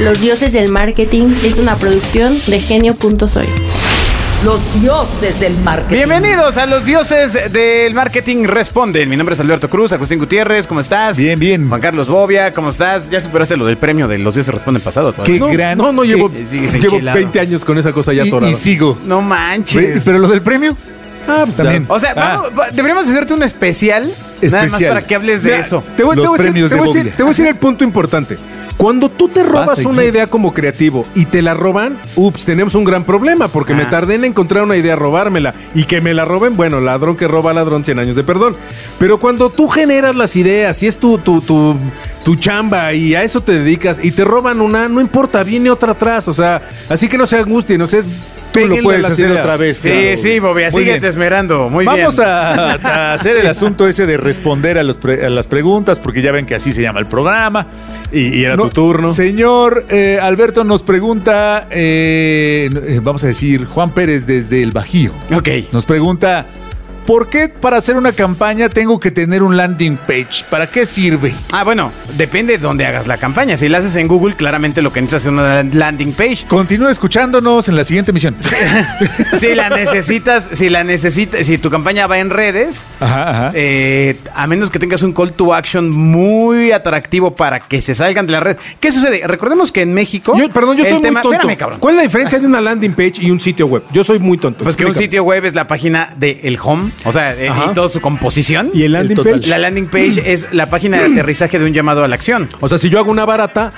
Los dioses del marketing es una producción de genio.soy. Los dioses del marketing. Bienvenidos a los dioses del marketing responden. Mi nombre es Alberto Cruz, Agustín Gutiérrez, ¿cómo estás? Bien, bien. Juan Carlos Bobia, ¿cómo estás? Ya superaste lo del premio de los dioses responden pasado. todavía. Qué no, gran. No, no, llevo, Sí, sigues llevo enchilado. 20 años con esa cosa ya y, atorada. y sigo. No Ve, manches. Pero lo del premio. Ah, pues, también. o sea, Ah, vamos- va- deberíamos hacerte un especial, nada más Especial. para que hables de Mira, eso. Te voy, te Los voy a decir- premios te de voy a decir- Bobia. te voy a decir el punto importante. Cuando tú te robas seguir. una idea como creativo y te la roban, ups, tenemos un gran problema porque me Ah. tardé en encontrar una idea, robármela y que me la roben, bueno, ladrón que roba ladrón, 100 años de perdón. Pero cuando tú generas las ideas y es tu, tu, tu, tu chamba y a eso te dedicas y te roban una, no importa, viene otra atrás, o sea, así que no se angustien, o sea, es tú péguenle lo a puedes las hacer ideas. otra vez. sí, claro. sí, Bobia, Muy síguete bien. esmerando. Muy bien. Vamos a, a hacer el asunto ese de responder a, los pre- a las preguntas, porque ya ven que así se llama el programa. Y, y era No, tu turno. Señor eh, Alberto nos pregunta, eh, eh, vamos a decir, Juan Pérez desde el Bajío. Ok. Nos pregunta, ¿por qué para hacer una campaña tengo que tener un landing page? ¿Para qué sirve? Ah, bueno, depende de dónde hagas la campaña. Si la haces en Google, claramente lo que necesitas es una landing page. Continúa escuchándonos en la siguiente misión. Si la necesitas, si la necesitas, si tu campaña va en redes, ¿Ah? Ajá, ajá. eh, a menos que tengas un call to action muy atractivo para que se salgan de la red. ¿Qué sucede? Recordemos que en México. Yo- perdón, yo el soy tema- muy tonto. Espérame, cabrón. ¿Cuál es la diferencia de una landing page y un sitio web? Yo soy muy tonto. Pues que un Explícame. sitio web es la página del home, o sea, eh, Ajá. y toda su composición. ¿Y el landing total. page? La landing page es la página de aterrizaje de un llamado a la acción. O sea, si yo hago una barata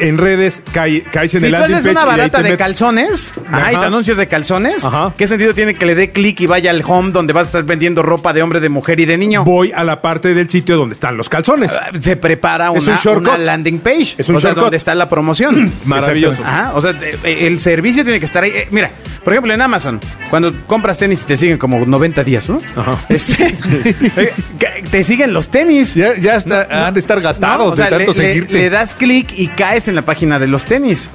en redes, cae- caes en Si el tú landing haces page. una y ahí barata te de met- calzones, Ajá. ajá, y te anuncios de calzones, Ajá. ¿qué sentido tiene que le dé clic y vaya al home donde vas a estar vendiendo ropa de hombre, de mujer y de niño? Voy a la parte del sitio donde están los calzones. se prepara Es una, un shortcut. una landing page. Es un o sea, shortcut. donde está la promoción. Maravilloso. Ajá, o sea, eh, eh, el servicio tiene que estar ahí. Eh, mira, por ejemplo, en Amazon, cuando compras tenis te siguen como 90 días, ¿no? Ajá. Este, eh, que- te siguen los tenis. Ya, ya está- han de estar gastados ¿no? O sea, de tanto le, le- seguirte. le das clic y caes en la página de los tenis.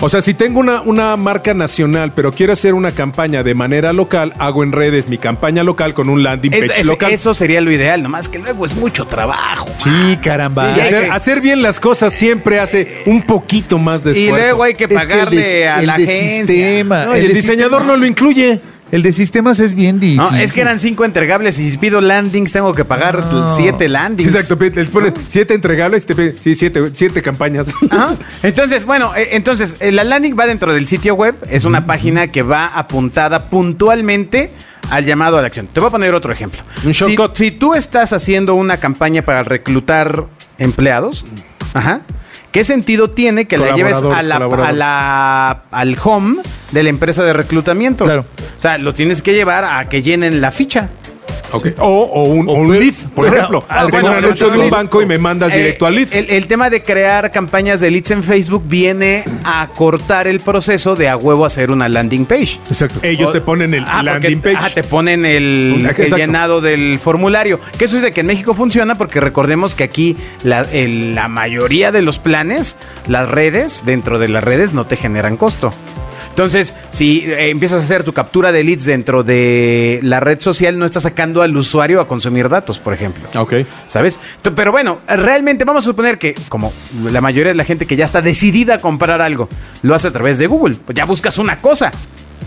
O sea, si tengo una, una marca nacional, pero quiero hacer una campaña de manera local, hago en redes mi campaña local con un landing Es- page es- local. eso sería lo ideal, nomás que luego es mucho trabajo. Sí, caramba. Sí, ya- hacer, que- hacer bien las cosas siempre hace un poquito más de Y esfuerzo. luego hay que Es que el pagarle des- a el la de agencia. sistema, No, y el, de diseñador sistemas- no lo incluye. El de sistemas es bien difícil. No, es que eran cinco entregables y si pido landings, tengo que pagar No. siete landings. Exacto, les pones siete entregables y te piden sí, siete, siete campañas. Ajá. Entonces, bueno, eh, entonces eh, la landing va dentro del sitio web, es una página que va apuntada puntualmente al llamado a la acción. Te voy a poner otro ejemplo. Un Si- shortcut. Si, tú estás haciendo una campaña para reclutar empleados, ajá, ¿qué sentido tiene que la lleves a Mm. Colaboradores, la, a colaboradores. la- al home de la empresa de reclutamiento? Claro. O sea, lo tienes que llevar a que llenen la ficha. Ok. O, o un, o un pero- lead, por pero- ejemplo. ah, Al bueno, bueno, pero hecho de un lead. banco y me mandas Eh, directo al lead. El, el tema de crear campañas de leads en Facebook viene a cortar el proceso de a huevo hacer una landing page. Exacto. Ellos te ponen el Ah, porque- landing page. ah, te ponen el, Ah, el exacto. llenado del formulario. Que eso es de que en México funciona porque recordemos que aquí la, el- la mayoría de los planes, las redes, dentro de las redes no te generan costo. Entonces, si eh, empiezas a hacer tu captura de leads dentro de la red social, no estás sacando al usuario a consumir datos, por ejemplo. Ok. ¿Sabes? T- Pero bueno, realmente vamos a suponer que, como la mayoría de la gente que ya está decidida a comprar algo, lo hace a través de Google. Pues ya buscas una cosa.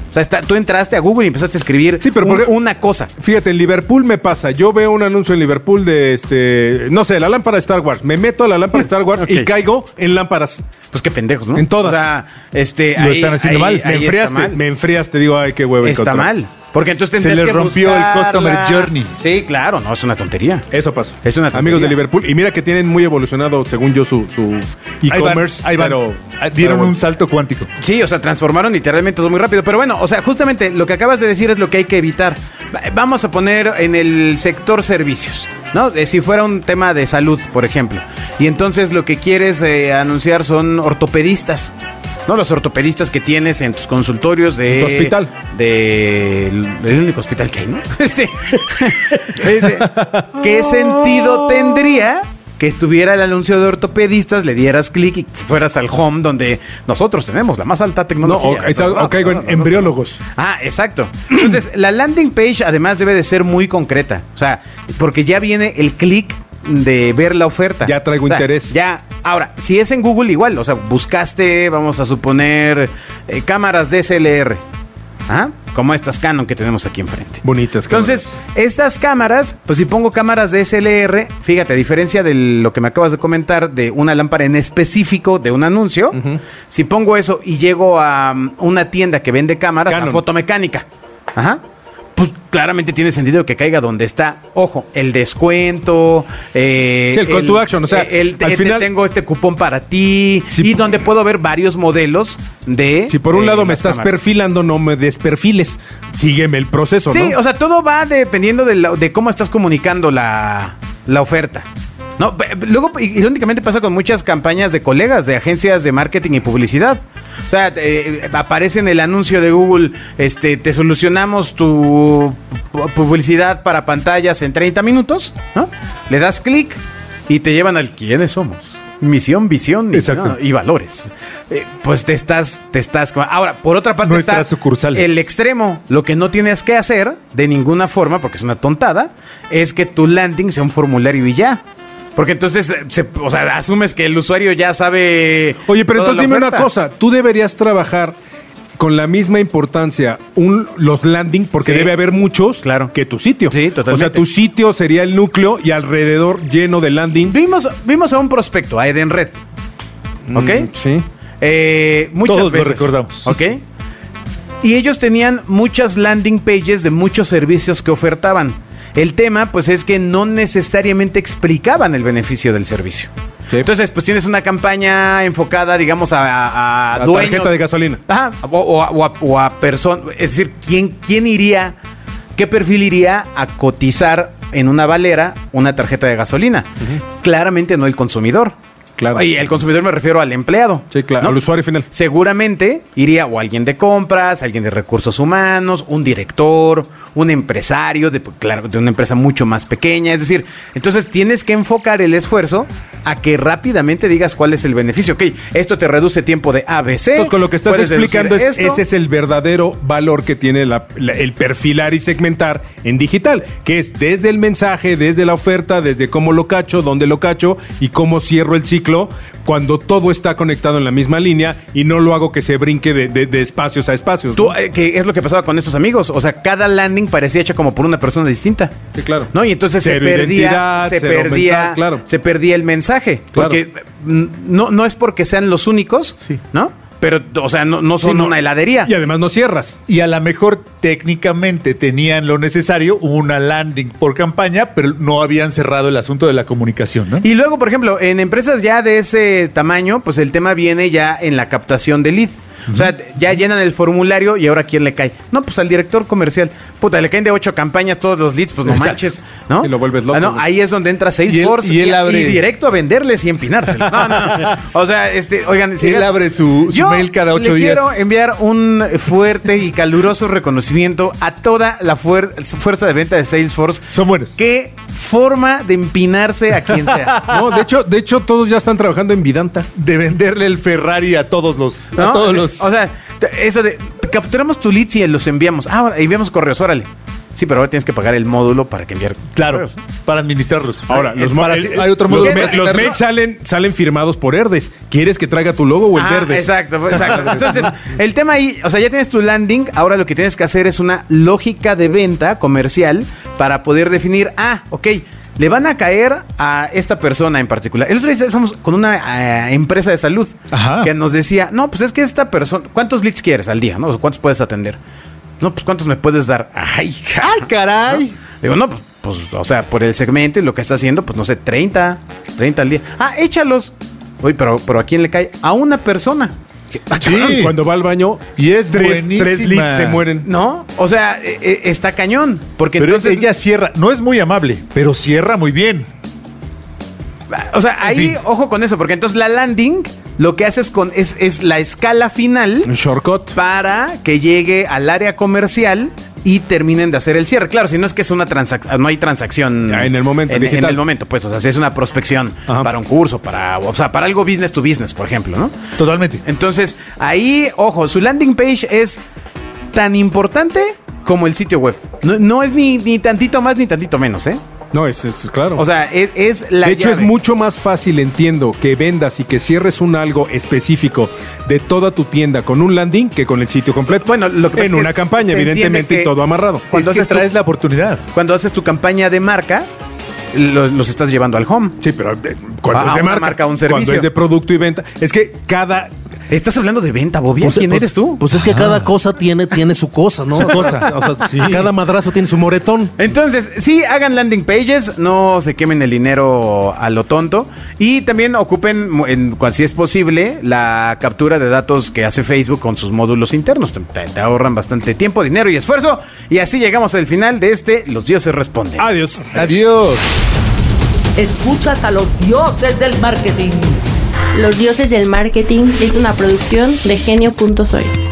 O sea, está- tú entraste a Google y empezaste a escribir Sí, pero un- porque- una cosa. Fíjate, en Liverpool me pasa. Yo veo un anuncio en Liverpool de este. No sé, la lámpara de Star Wars. Me meto a la lámpara de Star Wars y Ok. caigo en lámparas. Pues qué pendejos, ¿no? En todas. O sea, este. Lo están haciendo mal. está Me enfriaste, mal. me enfriaste. Digo, ay, qué huevo. Está encontrar. mal. Porque entonces Se tendrías le que rompió el buscarla. customer journey. Sí, claro, no, es una tontería. Eso pasa. Es una tontería. Amigos de Liverpool. Y mira que tienen muy evolucionado, según yo, su, su Ahí van, e-commerce. ahí van. pero- Ah, Dieron pero bueno. un salto cuántico. Sí, o sea, transformaron literalmente todo muy rápido. Pero bueno, o sea, justamente lo que acabas de decir es lo que hay que evitar. Va- Vamos a poner en el sector servicios, ¿no? Eh, si fuera un tema de salud, por ejemplo. Y entonces lo que quieres eh, anunciar son ortopedistas. ¿No? Los ortopedistas que tienes en tus consultorios de... En tu hospital. De... El único hospital que hay, ¿no? Este- este, ¿Qué sentido tendría que estuviera el anuncio de ortopedistas, le dieras clic y fueras al home donde nosotros tenemos la más alta No, tecnología? o, esa- o caigo en embriólogos. Ah, exacto. Entonces, la landing page además debe de ser muy concreta. O sea, porque ya viene el clic de ver la oferta. Ya traigo O sea, interés. Ya, ahora, si es en Google igual, o sea, buscaste, vamos a suponer, eh, cámaras DSLR. Ajá, Ah, Como estas Canon que tenemos aquí enfrente. Bonitas cámaras. Entonces, estas cámaras, pues si pongo cámaras de SLR, fíjate, a diferencia de lo que me acabas de comentar, de una lámpara en específico, de un anuncio, si pongo eso y llego a um, una tienda que vende cámaras, a Canon. fotomecánica, ajá, pues claramente tiene sentido que caiga donde está, ojo, el descuento, eh, Sí, el call to action, o sea, el, al al final- final tengo este cupón para ti Si y pu- donde puedo ver varios modelos de... Si por un de lado me las estás cámaras. perfilando, no me desperfiles. Sígueme el proceso, Sí, ¿no? o sea, todo va dependiendo de, la- de cómo estás comunicando la, la oferta. No, pe- pe- luego i- irónicamente pasa con muchas campañas de colegas de agencias de marketing y publicidad. O sea, te- eh, aparece en el anuncio de Google, este, te solucionamos tu pu- publicidad para pantallas en 30 minutos, ¿no? Le das clic y te llevan al quiénes somos. Misión, visión y, Exacto. ¿no? y valores. Eh, pues te estás, te estás. Ahora, por otra parte, Nuestras está sucursales. el extremo. Lo que no tienes que hacer de ninguna forma, porque es una tontada, es que tu landing sea un formulario y ya. Porque entonces, eh, se- o sea, asumes que el usuario ya sabe. Oye, pero toda entonces la dime una oferta. cosa. Tú deberías trabajar con la misma importancia un, los landing, porque Sí. debe haber muchos, Claro. que tu sitio. Sí, O sea, totalmente. tu sitio sería el núcleo y alrededor lleno de landings. Vimos, vimos a un prospecto, a Eden Red. ¿Ok? Mm, sí. Eh, muchas Todos lo veces. recordamos. ¿Ok? Y ellos tenían muchas landing pages de muchos servicios que ofertaban. El tema, pues, es que no necesariamente explicaban el beneficio del servicio. Sí. Entonces, pues tienes una campaña enfocada, digamos, a, a, a La dueños. tarjeta de gasolina. Ajá, o, o a, personas. Es decir, ¿quién, ¿quién iría, qué perfil iría a cotizar en una valera una tarjeta de gasolina? Claramente no el consumidor. Claro. Y el consumidor me refiero al empleado. Sí, claro, ¿no? al usuario final. Seguramente iría o alguien de compras, alguien de recursos humanos, un director, un empresario de, claro, de una empresa mucho más pequeña. Es decir, entonces tienes que enfocar el esfuerzo a que rápidamente digas cuál es el beneficio. Ok, esto te reduce tiempo de ABC. Entonces, con lo que estás puedes explicando es, deducir esto. ese es el verdadero valor que tiene la- la- el perfilar y segmentar en digital, que es desde el mensaje, desde la oferta, desde cómo lo cacho, dónde lo cacho y cómo cierro el ciclo, cuando todo está conectado en la misma línea y no lo hago que se brinque de, de- de espacios a espacios. Tú, eh, que es lo que pasaba con estos amigos. O sea, cada landing parecía hecha como por una persona distinta. Sí, claro. ¿No? Y entonces Cero se perdía, identidad, se cero perdía, mensaje, claro. se perdía el mensaje. Claro. Porque eh, mm, no, no es porque sean los únicos, Sí. ¿no? Pero, o sea, no, no son Sí, no. una heladería. Y además no cierras. Y a lo mejor técnicamente tenían lo necesario, una landing por campaña, pero no habían cerrado el asunto de la comunicación, ¿no? Y luego, por ejemplo, en empresas ya de ese tamaño, pues el tema viene ya en la captación de lead. O sea, ya llenan el formulario y ahora ¿quién le cae? No, pues al director comercial. Puta, le caen de ocho campañas todos los leads, pues no Exacto. manches, ¿no? Y lo vuelves loco, Ah, no, güey. ahí es donde entra Salesforce y él abre- directo a venderles y empinárselos. No, no, no. O sea, este, oigan, Él gratis. abre su- su Yo mail cada ocho le días. quiero enviar un fuerte y caluroso reconocimiento a toda la fuer- fuerza de venta de Salesforce. Son buenos. Qué forma de empinarse a quien sea. No, de hecho, de hecho todos ya están trabajando en Vidanta. De venderle el Ferrari a todos los... ¿no? A todos los... O sea, t- eso de capturamos tu leads y los enviamos. Ah, ahora enviamos correos, órale. Sí, pero ahora tienes que pagar el módulo para que enviar. claro, correos. para administrarlos. Ahora, Para- los, para- el- hay otro los modo de ma- los mails salen, salen firmados por Herdes. ¿Quieres que traiga tu logo o el Ah, verde? Exacto, exacto. Entonces, el tema ahí, o sea, ya tienes tu landing, ahora lo que tienes que hacer es una lógica de venta comercial para poder definir, ah, ok, le van a caer a esta persona en particular. El otro día estamos con una eh, empresa de salud Ajá. que nos decía, no, pues es que esta persona, ¿cuántos leads quieres al día? ¿No? O sea, ¿Cuántos puedes atender? No, pues ¿cuántos me puedes dar? Ay, ja. ¡Ay, caray! Digo, no, pues, pues, o sea, por el segmento y lo que está haciendo, pues no sé, 30, 30 al día. Ah, échalos. Uy, pero, pero ¿a quién le cae? A una persona. Que- Sí. Cuando va al baño, Y es tres, buenísima. tres leads se mueren. ¿No? O sea, e- e- está cañón. Porque Pero entonces. ella cierra, no es muy amable, pero cierra muy bien. o sea, ahí, fin. ojo con eso, porque entonces la landing lo que haces con es, es la escala final Un shortcut. para que llegue al área comercial y terminen de hacer el cierre. Claro, si no es que es una transacción, no hay transacción Ya, Ah, en el momento, en, digital. en el momento, pues, o sea, si es una prospección Ajá. para un curso, para, o sea, para algo business to business, por ejemplo, ¿no? Totalmente. Entonces, ahí, ojo, su landing page es tan importante como el sitio web. No, no es ni, ni tantito más ni tantito menos, ¿eh? No, es, es- claro. O sea, es, es la de hecho, es llave. mucho más fácil, entiendo, que vendas y que cierres un algo específico de toda tu tienda con un landing que con el sitio completo. Bueno, lo que pasa En es que una campaña, se entiende evidentemente, que- y todo amarrado. Cuando es que haces tú- traes la oportunidad. Cuando haces tu campaña de marca, lo- los, estás llevando al home. Sí, pero eh, cuando Ah, es de una marca, marca, un cuando servicio. es de producto y venta, es que cada ¿Estás hablando de venta, Bobia? Pues, ¿Quién pues, eres tú? Pues es que cada cosa tiene, tiene su cosa, ¿no? Su cosa. O sea, Sí. Cada madrazo tiene su moretón. Entonces, sí, hagan landing pages, no se quemen el dinero a lo tonto y también ocupen, mu- en, cuan- si es posible, la captura de datos que hace Facebook con sus módulos internos. Te, te ahorran bastante tiempo, dinero y esfuerzo y así llegamos al final de este Los dioses responden. adiós. Adiós. Escuchas a los dioses del marketing. Los dioses del marketing es una producción de genio.soy.